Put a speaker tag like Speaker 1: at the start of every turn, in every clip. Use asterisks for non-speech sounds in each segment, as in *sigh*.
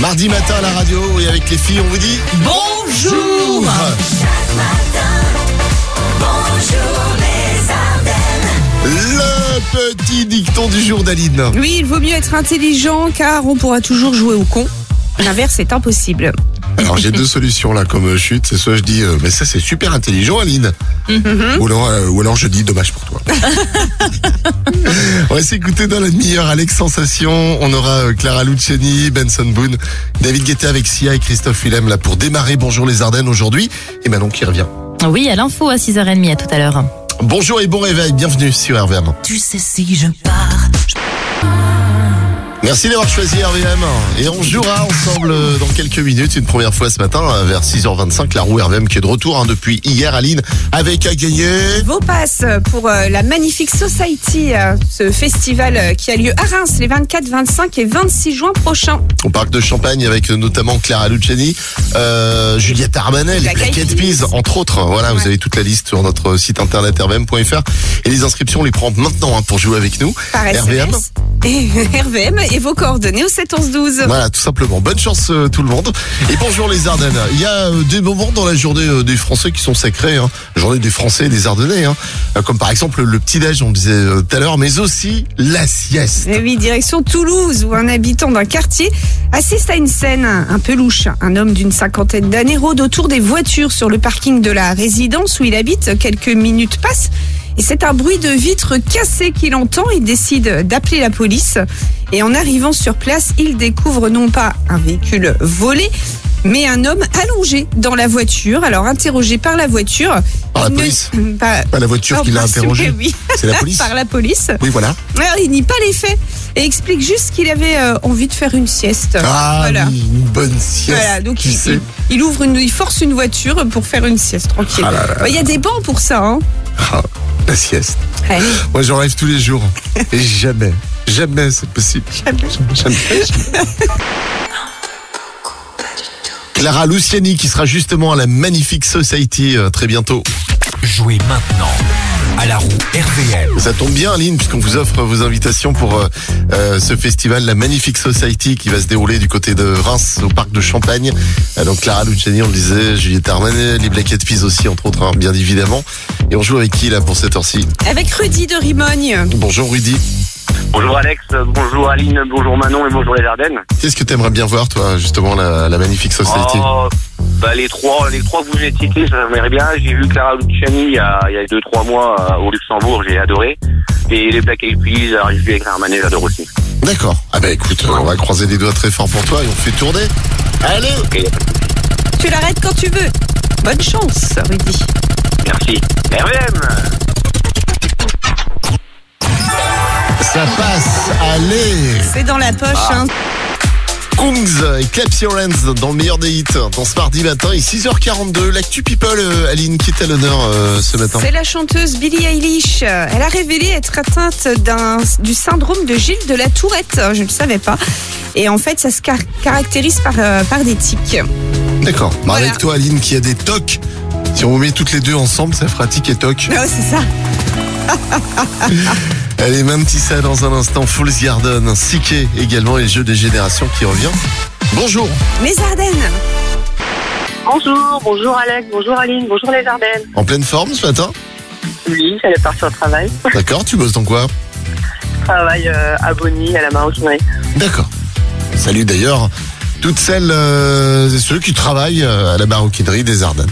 Speaker 1: Mardi matin à la radio et avec les filles, on vous dit
Speaker 2: Bonjour
Speaker 1: le petit dicton du jour d'Aline.
Speaker 2: Oui, il vaut mieux être intelligent car on pourra toujours jouer au con. L'inverse est impossible.
Speaker 1: Alors j'ai deux solutions là comme euh, chute, c'est soit je dis euh, mais ça c'est super intelligent Aline, ou, alors, euh, ou alors je dis dommage pour toi. on va s'écouter dans la demi-heure Alex Sensation, on aura euh, Clara Luciani, Benson Boone, David Guetta avec Sia et Christophe Willem là pour démarrer Bonjour les Ardennes aujourd'hui et Manon qui revient.
Speaker 3: Oui, à l'info à 6h30, à tout à l'heure.
Speaker 1: Bonjour et bon réveil, bienvenue sur RVM.
Speaker 4: Tu sais si je pars,
Speaker 1: Merci d'avoir choisi RVM. Et on jouera ensemble euh, dans quelques minutes, une première fois ce matin, euh, vers 6h25, la roue RVM qui est de retour hein, depuis hier à Lille, avec à gagner.
Speaker 2: Vos passes pour euh, la magnifique Society, euh, ce festival euh, qui a lieu à Reims les 24, 25 et 26 juin prochains.
Speaker 1: Au parc de Champagne avec euh, notamment Clara Luciani, euh, Juliette Armanet, les
Speaker 2: Black Eyed
Speaker 1: Black Eyed
Speaker 2: Peas.
Speaker 1: Peas, entre autres. Voilà, vous
Speaker 2: Ouais.
Speaker 1: avez toute la liste sur notre site internet rvm.fr. Et les inscriptions, on les prend maintenant hein, pour jouer avec nous.
Speaker 2: Par
Speaker 1: RVM.
Speaker 2: SMS. Et *laughs* RVM et vos coordonnées au 7 11 12. *laughs*
Speaker 1: Voilà, tout simplement. Bonne chance euh, tout le monde. Et bonjour les Ardennes. Il y a euh, des moments dans la journée euh, des Français qui sont sacrés. Hein. Journée des Français et des Ardennais. Hein. Euh, Comme par exemple le petit-déj, on le disait euh, tout à l'heure, mais aussi la sieste.
Speaker 2: Eh oui, direction Toulouse, où un habitant d'un quartier assiste à une scène un peu louche. Un homme d'une cinquantaine d'années rôde autour des voitures sur le parking de la résidence où il habite. Quelques minutes passent et c'est un bruit de vitres cassées qu'il entend. Il décide d'appeler la police. Et en arrivant sur place, il découvre non pas un véhicule volé, mais un homme allongé dans la voiture. Alors interrogé par la voiture.
Speaker 1: Par la
Speaker 2: il ne-
Speaker 1: police
Speaker 2: Pas-
Speaker 1: Pas la voiture
Speaker 2: *laughs*
Speaker 1: qui l'a
Speaker 2: en principe,
Speaker 1: interrogé.
Speaker 2: oui.
Speaker 1: C'est la police.
Speaker 2: *laughs* par la police.
Speaker 1: Oui, voilà.
Speaker 2: Alors, Ah, il nie pas les faits et explique juste qu'il avait euh, envie de faire une sieste.
Speaker 1: Ah,
Speaker 2: voilà.
Speaker 1: oui, une bonne sieste.
Speaker 2: Voilà, donc
Speaker 1: tu
Speaker 2: il,
Speaker 1: sais.
Speaker 2: il- il ouvre une, il force une voiture pour faire une sieste tranquille.
Speaker 1: Ah là
Speaker 2: Bah,
Speaker 1: là
Speaker 2: Il y a des bancs pour ça. Hein.
Speaker 1: Ah, la sieste.
Speaker 2: Allez,
Speaker 1: Moi, j'en rêve tous les jours. Et jamais, jamais c'est possible.
Speaker 2: Jamais.
Speaker 1: Jamais. Clara Luciani qui sera justement à la magnifique Society euh, très bientôt.
Speaker 5: Jouez maintenant à la roue RVM.
Speaker 1: Ça tombe bien, Aline, puisqu'on vous offre vos invitations pour euh, euh, ce festival, la Magnifique Society, qui va se dérouler du côté de Reims, au parc de Champagne. Euh, donc Clara Luciani, on le disait, Juliette Armanet, les Black Eyed Peas aussi, entre autres, hein, bien évidemment. Et on joue avec qui là pour cette heure-ci
Speaker 2: avec Rudy de Rimogne.
Speaker 1: Bonjour Rudy.
Speaker 6: Bonjour Alex, euh, bonjour Aline, bonjour Manon et bonjour les Ardennes.
Speaker 1: Qu'est-ce que t'aimerais bien voir, toi, justement, la, la Magnifique Society
Speaker 6: Oh, bah les trois, les trois que vous avez cités, ça m'irait bien. J'ai vu Clara Luciani il y a, il y a deux trois mois euh, au Luxembourg, j'ai adoré. Et les Black Eyed Peas, alors, j'ai vu avec Armanet, j'adore aussi.
Speaker 1: D'accord. Ah bah écoute, on va croiser les doigts très fort pour toi et on fait tourner. Allez
Speaker 2: Tu l'arrêtes quand tu veux. Bonne chance, Rudy.
Speaker 6: Merci. RVM.
Speaker 1: Ça passe, allez
Speaker 2: C'est dans la poche.
Speaker 1: Ah,
Speaker 2: hein.
Speaker 1: Kungs et Clap Your Hands dans le meilleur des hits dans ce mardi matin et 6h42. L'actu people, euh, Aline, qui est à l'honneur euh, ce matin
Speaker 2: C'est la chanteuse Billie Eilish. Elle a révélé être atteinte d'un- du syndrome de Gilles de la Tourette. Oh, Je ne le savais pas. Et en fait, ça se car- caractérise par, euh, par des tics.
Speaker 1: D'accord. Bah,
Speaker 2: Voilà.
Speaker 1: Avec toi, Aline, qui a des tocs. Si on vous met toutes les deux ensemble, ça fera tic et
Speaker 2: *laughs*
Speaker 1: toc.
Speaker 2: Ah, c'est ça.
Speaker 1: Allez, même si ça dans un instant, Fool's Garden, Siké également et le jeu des générations qui revient. Bonjour
Speaker 2: Les Ardennes.
Speaker 7: Bonjour, bonjour Alex, bonjour Aline, bonjour les Ardennes.
Speaker 1: En pleine forme ce matin
Speaker 7: Oui, j'allais partir au travail.
Speaker 1: D'accord, tu bosses dans quoi
Speaker 7: Je travaille euh, à Bonny, à la maroquinerie.
Speaker 1: D'accord. Salut d'ailleurs toutes celles euh, et ceux qui travaillent euh, à la maroquinerie des Ardennes.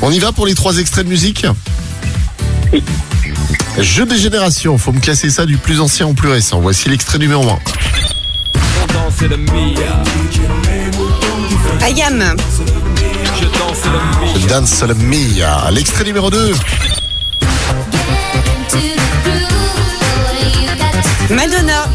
Speaker 1: On y va pour les trois extraits de musique
Speaker 7: Oui.
Speaker 1: Jeu des générations, faut me classer ça du plus ancien au plus récent. Voici l'extrait numéro 1.
Speaker 5: On danse le Mia,
Speaker 2: Ayam.
Speaker 5: je danse le Mia.
Speaker 1: Dance la Mia. L'extrait numéro 2.
Speaker 2: Madonna.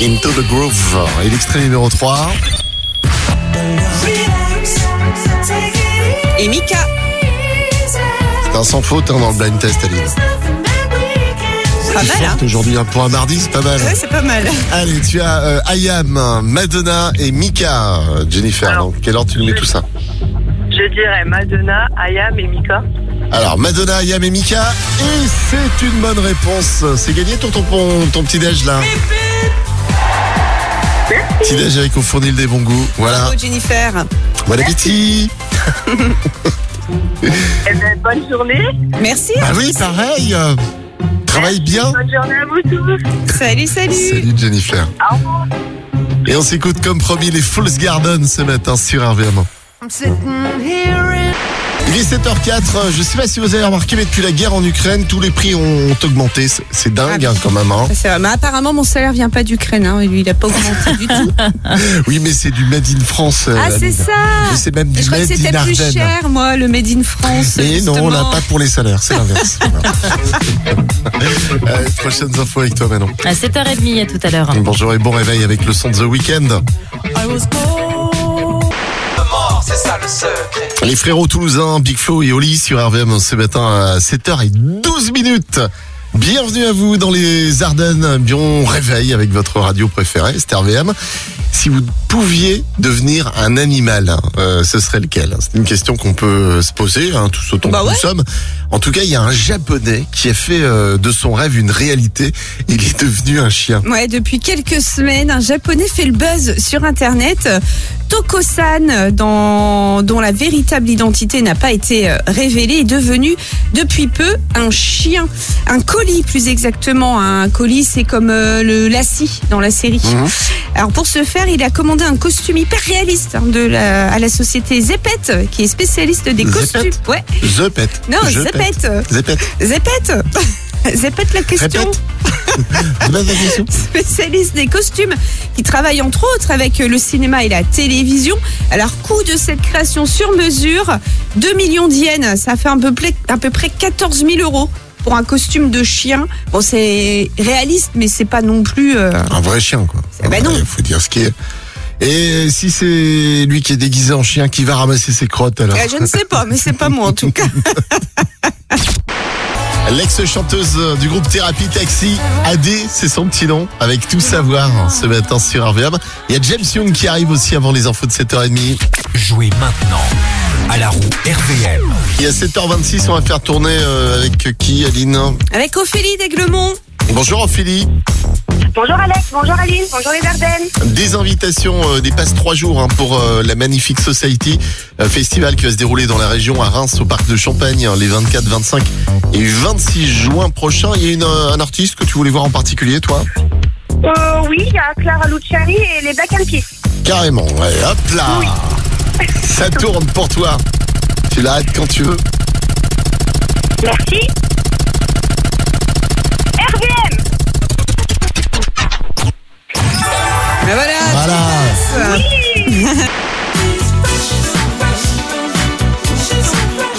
Speaker 1: Into the Groove. Et l'extrait numéro 3.
Speaker 2: Et Mika.
Speaker 1: C'est un sans faute hein, dans le blind test, Aline.
Speaker 2: Pas mal, hein
Speaker 1: Forte Aujourd'hui, hein, pour un mardi, c'est pas mal.
Speaker 2: Ouais, c'est pas mal.
Speaker 1: Allez, tu as euh, Ayam, Madonna et Mika. Euh, Jennifer,
Speaker 7: Alors.
Speaker 1: dans quelle ordre tu nous mets tout ça
Speaker 7: Je dirais Madonna, Ayam et Mika.
Speaker 1: Alors, Madonna, Ayam et Mika, et c'est une bonne réponse. C'est gagné ton, ton, ton, ton petit déj là. petit-déj avec au fournil des bons goûts. Voilà.
Speaker 2: Bravo, Jennifer.
Speaker 1: Bon appétit.
Speaker 7: Eh ben, bonne journée.
Speaker 2: Merci.
Speaker 1: Bah oui, pareil. euh, Travaille bien.
Speaker 7: Bonne journée à vous tous.
Speaker 2: hein. Salut, salut.
Speaker 1: Salut Jennifer.
Speaker 7: Au revoir.
Speaker 1: Et on s'écoute comme promis les Fools Garden ce matin sur RVM. Il est 7h04, je sais pas si vous avez remarqué, mais depuis la guerre en Ukraine, tous les prix ont augmenté. C'est- C'est
Speaker 2: Ah
Speaker 1: dingue hein, quand même. hein.
Speaker 2: Ça, c'est vrai. Mais apparemment, mon salaire vient pas d'Ukraine. Hein. Lui, il a pas augmenté
Speaker 1: *laughs*
Speaker 2: du tout.
Speaker 1: Oui, mais c'est du Made in France. euh,
Speaker 2: Ah,
Speaker 1: la
Speaker 2: c'est
Speaker 1: mine.
Speaker 2: ça.
Speaker 1: Mais c'est même
Speaker 2: Je
Speaker 1: du
Speaker 2: crois que
Speaker 1: Made in
Speaker 2: c'était plus
Speaker 1: Ardennes.
Speaker 2: cher, moi, le Made in France.
Speaker 1: Mais non,
Speaker 2: justement.
Speaker 1: là, pas pour les salaires, c'est l'inverse. *laughs* Voilà. Allez, prochaines infos avec toi, Manon.
Speaker 3: À 7h30, à tout à l'heure.
Speaker 1: Bonjour et bon réveil avec le son de The Weeknd.
Speaker 2: Ah, oh,
Speaker 1: Les frérots toulousains, Big Flo et Oli sur RVM ce matin à 7h12 minutes. Bienvenue à vous dans les Ardennes. Bon réveil avec votre radio préférée, c'est RVM. Si vous pouviez devenir un animal, euh, ce serait lequel C'est une question qu'on peut se poser, hein, tous autant
Speaker 2: Bah
Speaker 1: que
Speaker 2: ouais.
Speaker 1: nous sommes. En tout cas, il y a un japonais qui a fait euh, de son rêve une réalité. Il est devenu un chien.
Speaker 2: Ouais, depuis quelques semaines, un japonais fait le buzz sur internet. Euh, Toko-san, euh, dans- dont la véritable identité n'a pas été euh, révélée, est devenu depuis peu un chien. Un colis, plus exactement. Un colis, c'est comme euh, le lassie dans la série. Alors, pour ce faire, il a commandé un costume hyper réaliste hein, de la- à la société Zepet, qui est spécialiste des
Speaker 1: Zepet
Speaker 2: costumes. Ouais,
Speaker 1: Je pète.
Speaker 2: non,
Speaker 1: Je
Speaker 2: Zepet. euh,
Speaker 1: Zépète.
Speaker 2: Zepet. *laughs* Zepet la question.
Speaker 1: Répète. Répète *laughs* la question.
Speaker 2: *laughs* spécialiste des costumes qui travaille entre autres avec euh, le cinéma et la télévision. Alors, coût de cette création sur mesure, 2 millions d'yens, ça fait un peu, près, à peu près 14 000 euros pour un costume de chien. Bon, c'est réaliste, mais c'est pas non plus... euh,
Speaker 1: Un vrai chien, quoi.
Speaker 2: Eh ben non.
Speaker 1: Ouais, faut dire ce qui est. Et euh, si c'est lui qui est déguisé en chien, qui va ramasser ses crottes alors
Speaker 2: euh, je ne sais pas, mais c'est pas moi en tout cas.
Speaker 1: *laughs* L'ex-chanteuse du groupe Thérapie Taxi, AD, c'est son petit nom, avec tout savoir hein, ce matin sur RVM. Il y a James Young qui arrive aussi avant les infos de 7h30.
Speaker 5: Jouez maintenant à la roue RVM.
Speaker 1: Et à 7h26, on va faire tourner euh, avec qui, Aline
Speaker 2: Avec Ophélie d'Aiglemont.
Speaker 1: Bonjour Ophélie.
Speaker 7: Bonjour Alex, bonjour Aline, bonjour les Ardennes.
Speaker 1: Des invitations euh, dépassent trois jours hein, pour euh, la Magnifique Society, euh, festival qui va se dérouler dans la région à Reims au parc de Champagne hein, les 24, 25 et 26 juin prochains. Il y a une, euh, un artiste que tu voulais voir en particulier, toi
Speaker 7: Euh, oui, il y a Clara Luciani et les Black Eyed Peas.
Speaker 1: Carrément, ouais, hop là Ça tourne pour toi Tu l'arrêtes quand tu veux.
Speaker 7: Merci. RVM
Speaker 2: Mais Ben voilà,
Speaker 1: Voilà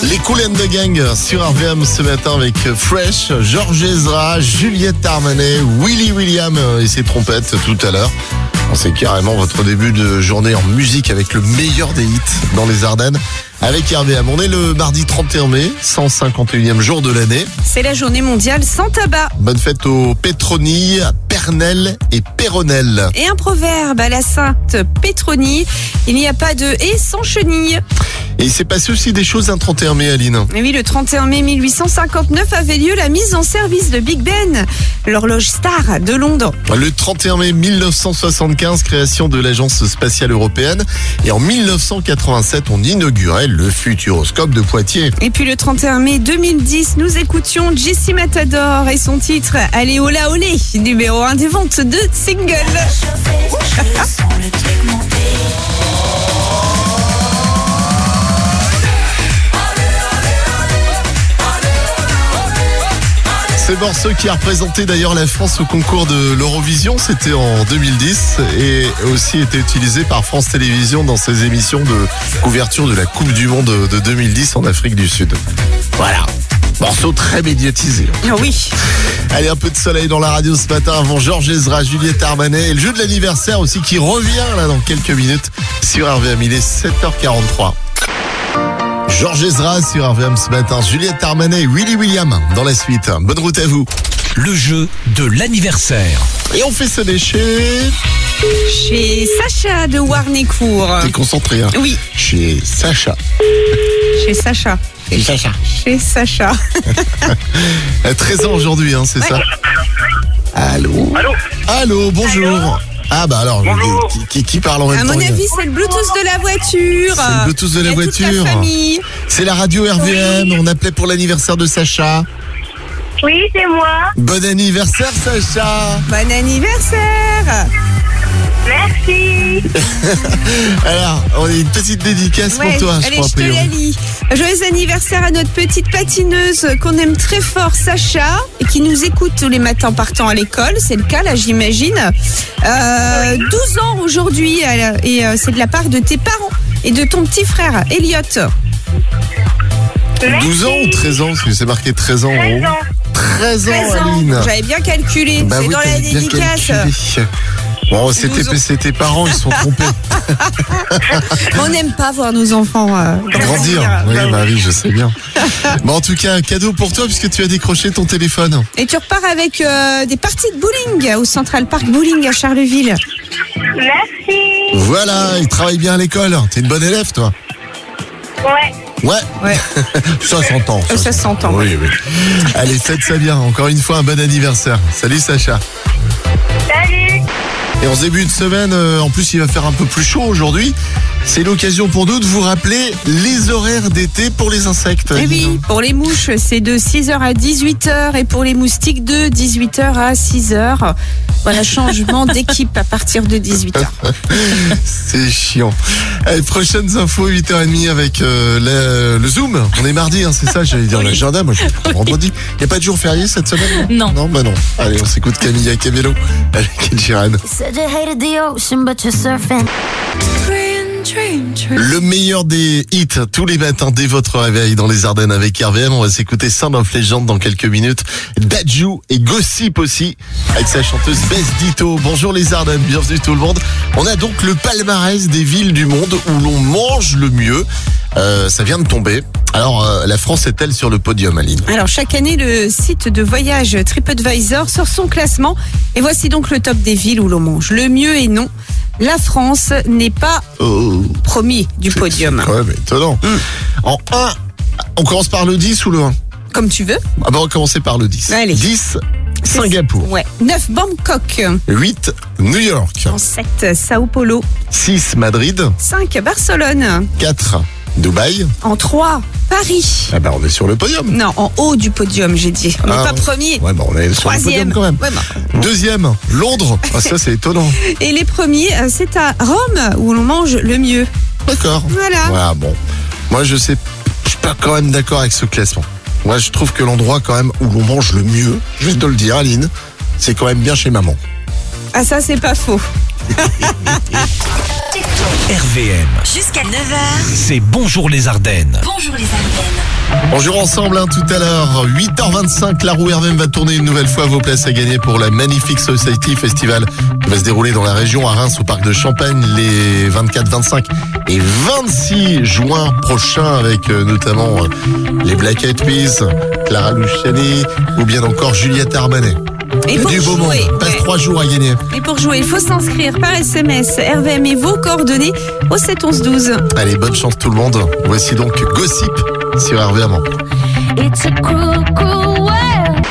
Speaker 1: Les Cool and the Gang sur RVM ce matin avec Fresh, Georges Ezra, Juliette Armanet, Willy William et ses trompettes tout à l'heure. On sait carrément votre début de journée en musique avec le meilleur des hits dans les Ardennes. Avec RVM, on est le mardi 31 mai, 151e jour de l'année.
Speaker 2: c'est la journée mondiale sans tabac.
Speaker 1: Bonne fête aux Petroni, à Pernel et Péronel.
Speaker 2: Et un proverbe à la sainte Pétronie, il n'y a pas de et sans chenille.
Speaker 1: Et il s'est passé aussi des choses un 31 mai, Aline.
Speaker 2: Et Oui, le 31 mai 1859 avait lieu la mise en service de Big Ben, l'horloge star de Londres.
Speaker 1: Le 31 mai 1975, création de l'Agence spatiale européenne. Et en 1987, on inaugurait le Futuroscope de Poitiers.
Speaker 2: Et puis le 31 mai 2010, nous écoutions Jessie Matador et son titre Allez Ola Olé, numéro 1 des ventes de single.
Speaker 1: Ce morceau qui a représenté d'ailleurs la France au concours de l'Eurovision, c'était en 2010 et aussi été utilisé par France Télévisions dans ses émissions de couverture de la Coupe du Monde de 2010 en Afrique du Sud. Voilà. Morceau très médiatisé.
Speaker 2: Ah oui.
Speaker 1: Allez, un peu de soleil dans la radio ce matin avant Georges Ezra, Juliette Armanet et le jeu de l'anniversaire aussi qui revient là dans quelques minutes sur RVM. Il est 7h43. Georges Ezra sur RVM ce matin, Juliette Armanet et Willy William dans la suite. Bonne route à vous.
Speaker 5: Le jeu de l'anniversaire.
Speaker 1: Et on fait sonner chez...
Speaker 2: Chez Sacha de Warnécourt.
Speaker 1: T'es concentré, hein
Speaker 2: Oui,
Speaker 1: Chez Sacha.
Speaker 2: chez Sacha.
Speaker 1: Chez Sacha.
Speaker 2: Chez Sacha.
Speaker 1: Euh, À 13 ans aujourd'hui, hein, c'est ça Allô
Speaker 6: Allô
Speaker 1: Allô, bonjour. Allô, Ah bah alors, je-
Speaker 6: Bonjour.
Speaker 1: qui, qui- qui parle en même
Speaker 2: À
Speaker 1: temps
Speaker 2: mon
Speaker 1: il y a-
Speaker 2: avis, c'est le Bluetooth de la voiture.
Speaker 1: C'est le Bluetooth de
Speaker 2: Il y
Speaker 1: la
Speaker 2: a toute
Speaker 1: voiture.
Speaker 2: la famille.
Speaker 1: C'est la radio RVM, on appelait pour l'anniversaire de Sacha.
Speaker 7: Oui, c'est moi.
Speaker 1: Bon anniversaire Sacha
Speaker 2: Bon anniversaire.
Speaker 7: Merci.
Speaker 1: Alors, on a une petite dédicace
Speaker 2: Ouais,
Speaker 1: pour toi, je
Speaker 2: allez,
Speaker 1: crois,
Speaker 2: je te
Speaker 1: Prion.
Speaker 2: la lis. Joyeux anniversaire à notre petite patineuse qu'on aime très fort, Sacha, et qui nous écoute tous les matins en partant à l'école. C'est le cas, là, j'imagine. Euh, 12 ans aujourd'hui, elle, et euh, c'est de la part de tes parents et de ton petit frère, Elliot.
Speaker 1: 12 ans ou 13 ans Parce que c'est marqué 13 ans en haut. 13 ans,
Speaker 2: 13
Speaker 1: Aline
Speaker 2: ans. J'avais bien calculé.
Speaker 1: Bah
Speaker 2: c'est
Speaker 1: oui,
Speaker 2: dans la
Speaker 1: t'avais bien
Speaker 2: dédicace.
Speaker 1: calculé. Bon, c'était
Speaker 2: 12 ans.
Speaker 1: c'était tes parents, ils se sont trompés.
Speaker 2: On n'aime pas voir nos enfants euh,
Speaker 1: Grandir. Oui, bah oui, je sais bien. Bon, en tout cas, un cadeau pour toi puisque tu as décroché ton téléphone.
Speaker 2: Et tu repars avec euh, des parties de bowling au Central Park Bowling à Charleville.
Speaker 7: Merci.
Speaker 1: Voilà, il travaille bien à l'école. T'es une bonne élève, toi.
Speaker 7: Ouais.
Speaker 1: Ouais.
Speaker 2: Ouais.
Speaker 1: *laughs* Ça s'entend.
Speaker 2: Euh, Ça s'entend.
Speaker 1: Oui, oui. Allez, faites ça bien. Encore une fois, un bon anniversaire. Salut Sacha.
Speaker 7: Salut.
Speaker 1: Et en ce début de semaine, euh, en plus, il va faire un peu plus chaud aujourd'hui. C'est l'occasion pour nous de vous rappeler les horaires d'été pour les insectes.
Speaker 2: Eh oui,
Speaker 1: Dis-nous.
Speaker 2: pour les mouches, c'est de 6h à 18h et pour les moustiques, de 18h à 6h. Voilà, changement d'équipe à partir de 18h.
Speaker 1: C'est chiant. Allez, prochaines infos, 8h30 avec euh, la- le Zoom. On est mardi, hein, c'est ça, j'allais dire l'agenda. Moi, je vendredi. Il n'y a pas de jour férié cette semaine
Speaker 3: Non.
Speaker 1: Non, bah non. Allez, on s'écoute Camilla Cabello avec Ed Sheeran.
Speaker 4: Said you hated the ocean, but you're surfing.
Speaker 1: Le meilleur des hits tous les matins dès votre réveil dans les Ardennes avec RVM. On va s'écouter Sound of Legend dans quelques minutes. Dajou et Gossip aussi avec sa chanteuse Bess Dito. Bonjour les Ardennes, bienvenue tout le monde. On a donc le palmarès des villes du monde où l'on mange le mieux. Euh, ça vient de tomber. Alors euh, la France est-elle sur le podium, Aline
Speaker 2: Alors, chaque année, le site de voyage TripAdvisor sort son classement. Et voici donc le top des villes où l'on mange. Le mieux et non, la France n'est pas
Speaker 1: Oh,
Speaker 2: premier du
Speaker 1: c'est-
Speaker 2: podium.
Speaker 1: c'est quand même étonnant. Hmm. En 1, on commence par le 10 ou le 1
Speaker 2: Comme tu veux.
Speaker 1: Ah bah on va commencer par le 10.
Speaker 2: Allez.
Speaker 1: 10, Singapour.
Speaker 2: Ouais. 9, Bangkok.
Speaker 1: 8, New York.
Speaker 2: En 7, Sao Paulo.
Speaker 1: 6 Madrid,
Speaker 2: 5, Barcelone.
Speaker 1: 4 Dubaï.
Speaker 2: En 3, Paris.
Speaker 1: Ah bah on est sur le podium.
Speaker 2: Non, en haut du podium, j'ai dit. On n'est
Speaker 1: Ah,
Speaker 2: pas premier.
Speaker 1: Ouais bah on est sur
Speaker 2: Troisième.
Speaker 1: le podium quand même.
Speaker 2: Ouais, bah.
Speaker 1: Deuxième, Londres. Ah ça c'est étonnant.
Speaker 2: Et les premiers, euh, c'est à Rome où l'on mange le mieux.
Speaker 1: D'accord.
Speaker 2: Voilà.
Speaker 1: Voilà bon. Moi je sais, je suis pas quand même d'accord avec ce classement. Moi je trouve que l'endroit quand même où l'on mange le mieux, je vais te le dire Aline, c'est quand même bien chez maman.
Speaker 2: Ah ça, c'est pas faux.
Speaker 5: RVM,
Speaker 4: Jusqu'à 9h.
Speaker 5: c'est Bonjour les Ardennes.
Speaker 4: Bonjour les Ardennes.
Speaker 1: On joue ensemble hein, tout à l'heure, 8h25, la roue RVM va tourner une nouvelle fois vos places à gagner pour la Magnifique Society Festival qui va se dérouler dans la région à Reims au parc de Champagne les 24, 25 et 26 juin prochains avec euh, notamment euh, les Black Eyed Peas, Clara Luciani ou bien encore Juliette Armanet.
Speaker 2: Et
Speaker 1: Il y a
Speaker 2: pour
Speaker 1: du beau monde,
Speaker 2: jouer,
Speaker 1: passe
Speaker 2: ouais.
Speaker 1: trois jours à gagner.
Speaker 2: et pour jouer, il faut s'inscrire par SMS, RVM et vos coordonnées au 7 11 12.
Speaker 1: Allez, bonne chance tout le monde. Voici donc Gossip sur RVM.
Speaker 4: It's a cruel, cruel world.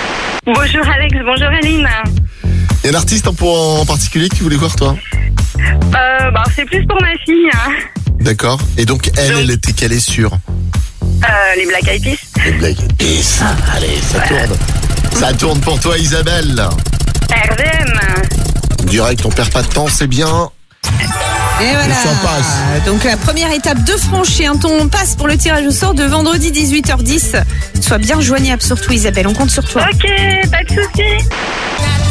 Speaker 7: Bonjour Alex, bonjour Aline.
Speaker 1: Il y a un artiste en, pour- en particulier que tu voulais voir toi
Speaker 7: Euh, bah, c'est plus pour ma fille. hein.
Speaker 1: D'accord. Et donc elle, elle était calée sur
Speaker 7: Euh, les Black Eyed Peas.
Speaker 1: Les blagues. Et ça, allez, ça tourne. Ça tourne pour toi, Isabelle.
Speaker 7: RVM.
Speaker 1: Direct, on perd pas de temps, c'est bien.
Speaker 2: Et voilà.
Speaker 1: ça passe.
Speaker 2: Donc la première étape de franchir un ton passe pour le tirage au sort de vendredi 18h10. Sois bien joignable surtout Isabelle, on compte sur toi.
Speaker 7: Ok, pas de soucis.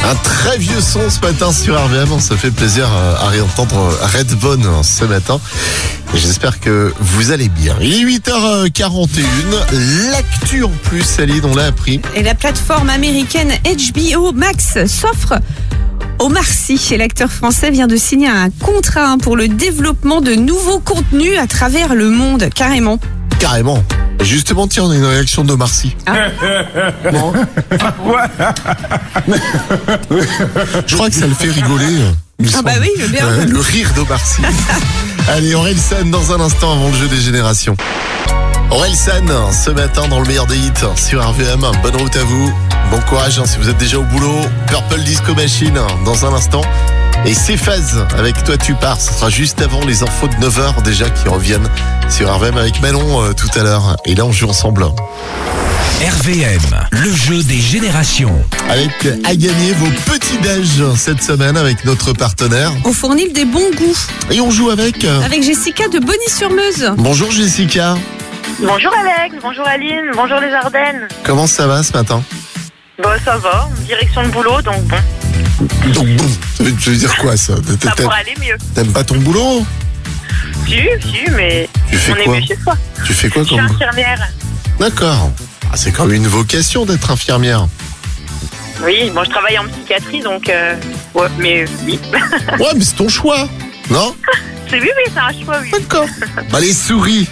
Speaker 1: Un très vieux son ce matin sur RVM. Ça fait plaisir euh, à réentendre euh, Redbone euh, ce matin. Et J'espère que vous allez bien. Il est 8h41. L'actu en plus, Aline, on l'a appris.
Speaker 2: Et la plateforme américaine HBO Max s'offre Omar Sy. Et L'acteur français vient de signer un contrat hein, pour le développement de nouveaux contenus à travers le monde, carrément.
Speaker 1: Carrément. Et Justement, tiens, on a une réaction de Marcy.
Speaker 2: Ah.
Speaker 1: Bon. *laughs* Je crois que ça le fait rigoler. euh, il me
Speaker 2: Ah bah
Speaker 1: semble.
Speaker 2: oui, je veux bien.
Speaker 1: Euh, le rire de
Speaker 2: *laughs*
Speaker 1: Marcy. Allez, Orelsan dans un instant avant le jeu des générations. Orelsan, ce matin dans le meilleur des hits sur RVM. Bonne route à vous. Bon courage hein, si vous êtes déjà au boulot. Purple Disco Machine dans un instant. Et c'est Faz avec Toi tu pars. Ce sera juste avant les infos de 9h déjà qui reviennent sur RVM avec Manon euh, tout à l'heure. Et là on joue ensemble.
Speaker 5: RVM, le jeu des générations.
Speaker 1: Avec euh, à gagner vos petits déj cette semaine avec notre partenaire.
Speaker 2: On fournit des bons goûts
Speaker 1: Et on joue avec. euh,
Speaker 2: avec Jessica de Bonny-sur-Meuse.
Speaker 1: Bonjour Jessica.
Speaker 7: Bonjour Alex, bonjour Aline, bonjour les Ardennes.
Speaker 1: Comment ça va ce matin
Speaker 7: Bon, ça va, direction de boulot, donc bon,
Speaker 1: Donc bon, ça veut ça veut dire quoi ça T'a-
Speaker 7: ça
Speaker 1: t'a-
Speaker 7: pourrait aller mieux.
Speaker 1: T'aimes pas ton boulot
Speaker 7: Si, si, mais
Speaker 1: Tu fais
Speaker 7: on est
Speaker 1: quoi
Speaker 7: mieux chez soi.
Speaker 1: Tu fais quoi
Speaker 7: Je suis
Speaker 1: comme
Speaker 7: infirmière.
Speaker 1: D'accord. Ah, c'est quand même une vocation d'être infirmière.
Speaker 7: Oui, bon, je travaille en psychiatrie, donc euh, ouais, mais euh, oui.
Speaker 1: Ouais, mais c'est ton choix, non
Speaker 7: C'est oui, oui, c'est un choix, oui.
Speaker 1: D'accord. Bah, les souris.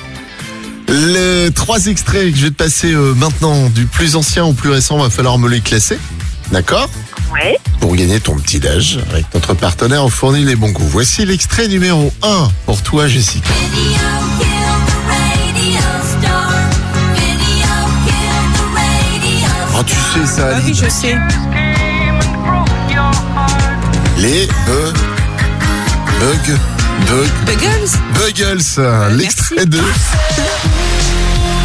Speaker 1: Les trois extraits que je vais te passer euh, maintenant, du plus ancien au plus récent, va falloir me les classer. D'accord
Speaker 7: Ouais.
Speaker 1: Pour gagner ton petit déj, avec notre partenaire, on fournit les bons goûts. Voici l'extrait numéro 1 pour toi, Jessica.
Speaker 4: Video killed the radio star. Video killed the radio star.
Speaker 1: Ah, tu sais ça,
Speaker 2: Ah oui,
Speaker 1: Aline.
Speaker 2: je sais.
Speaker 1: Les euh, bug, bug,
Speaker 2: Buggles
Speaker 1: Buggles, euh,
Speaker 2: merci.
Speaker 1: l'extrait de.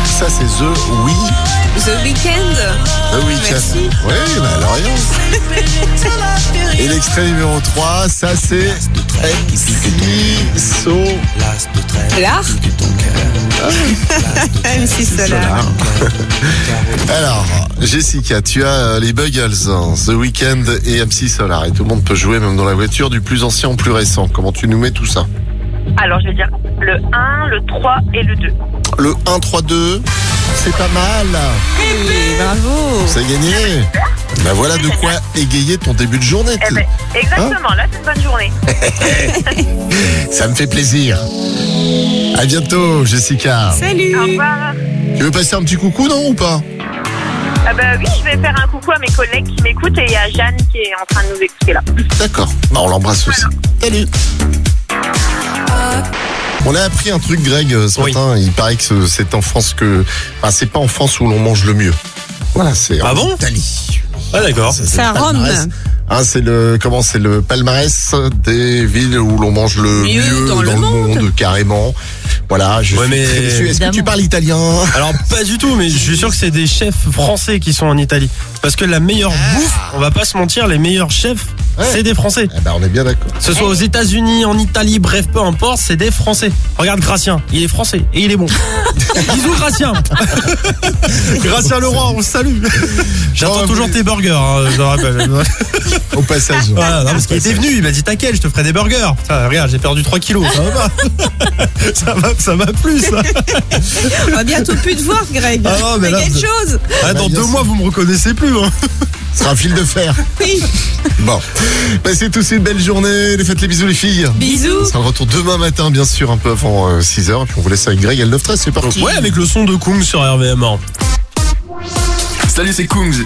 Speaker 1: Ça, c'est The Oui,
Speaker 2: The Weeknd
Speaker 1: The Weeknd.
Speaker 2: Merci.
Speaker 1: Ah Oui, bah, alors rien. Et l'extrait numéro 3, ça, c'est. So
Speaker 2: L'art MC Solar.
Speaker 1: Solar. Alors, Jessica, tu as euh, les Buggles, hein, The Weeknd et MC Solar. Et tout le monde peut jouer, même dans la voiture, du plus ancien au plus récent. Comment tu nous mets tout ça
Speaker 7: Alors, je vais dire le 1, le 3 et le 2.
Speaker 1: Le 1, 3, 2, c'est pas mal.
Speaker 2: Oui, bravo
Speaker 1: C'est gagné Bah voilà de quoi égayer ton début de journée.
Speaker 7: Eh ben, exactement, là, c'est une bonne journée.
Speaker 1: Ça me fait plaisir. À bientôt, Jessica.
Speaker 2: Salut
Speaker 7: Au revoir.
Speaker 1: Tu veux passer un petit coucou, non ou pas
Speaker 7: Ah bah oui, je vais faire un coucou à mes collègues qui m'écoutent et à Jeanne qui est en train de nous écouter là.
Speaker 1: D'accord. Bah, on l'embrasse aussi. Salut. On a appris un truc, Greg, euh, ce
Speaker 5: Oui.
Speaker 1: matin. Il paraît que ce- c'est en France que. Enfin, c'est pas en France où l'on mange le mieux. Voilà, c'est
Speaker 5: Ah
Speaker 1: en
Speaker 5: bon
Speaker 1: Italie.
Speaker 5: Ah d'accord.
Speaker 1: c'est
Speaker 2: C'est à
Speaker 1: le
Speaker 2: Rome.
Speaker 1: palmarès. Hein, c'est le comment c'est le palmarès des villes où l'on mange le mieux,
Speaker 2: Mieux
Speaker 1: dans, le monde, carrément. Voilà, je
Speaker 5: Ouais,
Speaker 1: suis
Speaker 5: mais-
Speaker 1: très déçu. Est-ce que tu
Speaker 3: Évidemment.
Speaker 1: parles italien
Speaker 5: Alors pas du tout, mais je suis sûr que c'est des chefs français qui sont en Italie. Parce que la meilleure bouffe, on va pas se mentir, les meilleurs chefs,
Speaker 1: Ouais.
Speaker 5: c'est des Français.
Speaker 1: Eh ben, on est bien d'accord.
Speaker 5: Que ce soit aux États-Unis, en Italie, bref, peu importe, c'est des Français. Regarde Gracien, il est français et il est *laughs* bon. Bisous Gracien. Gracien Leroy, on le salue. J'attends
Speaker 1: Bon,
Speaker 5: toujours
Speaker 1: vous-
Speaker 5: tes burgers, hein, je le rappelle.
Speaker 1: Au passage.
Speaker 5: Voilà, non, parce qu'il était venu, il m'a dit t'inquiète, je te ferai des burgers. Putain, regarde, j'ai perdu 3 kilos, ça va pas. *laughs* ça va, ça va plus. Ça.
Speaker 2: On va bientôt plus te voir, Greg.
Speaker 5: Ah non, mais
Speaker 2: Fais
Speaker 5: là,
Speaker 2: quelque
Speaker 5: vous-
Speaker 2: chose
Speaker 5: Ah, dans
Speaker 1: bien
Speaker 5: deux
Speaker 1: sûr.
Speaker 5: mois, vous me reconnaissez plus. hein.
Speaker 1: *laughs* Ce sera un fil de fer.
Speaker 2: Oui
Speaker 1: Bon, passez tous une belle journée. Faites les bisous les filles.
Speaker 2: Bisous
Speaker 1: On sera de retour demain matin, bien sûr, un peu avant euh, 6h. Puis on vous laisse avec Greg à 9h13. C'est parti.
Speaker 5: Ouais, avec hein. le son de Kung sur RVM1.
Speaker 8: Salut, c'est Kungs.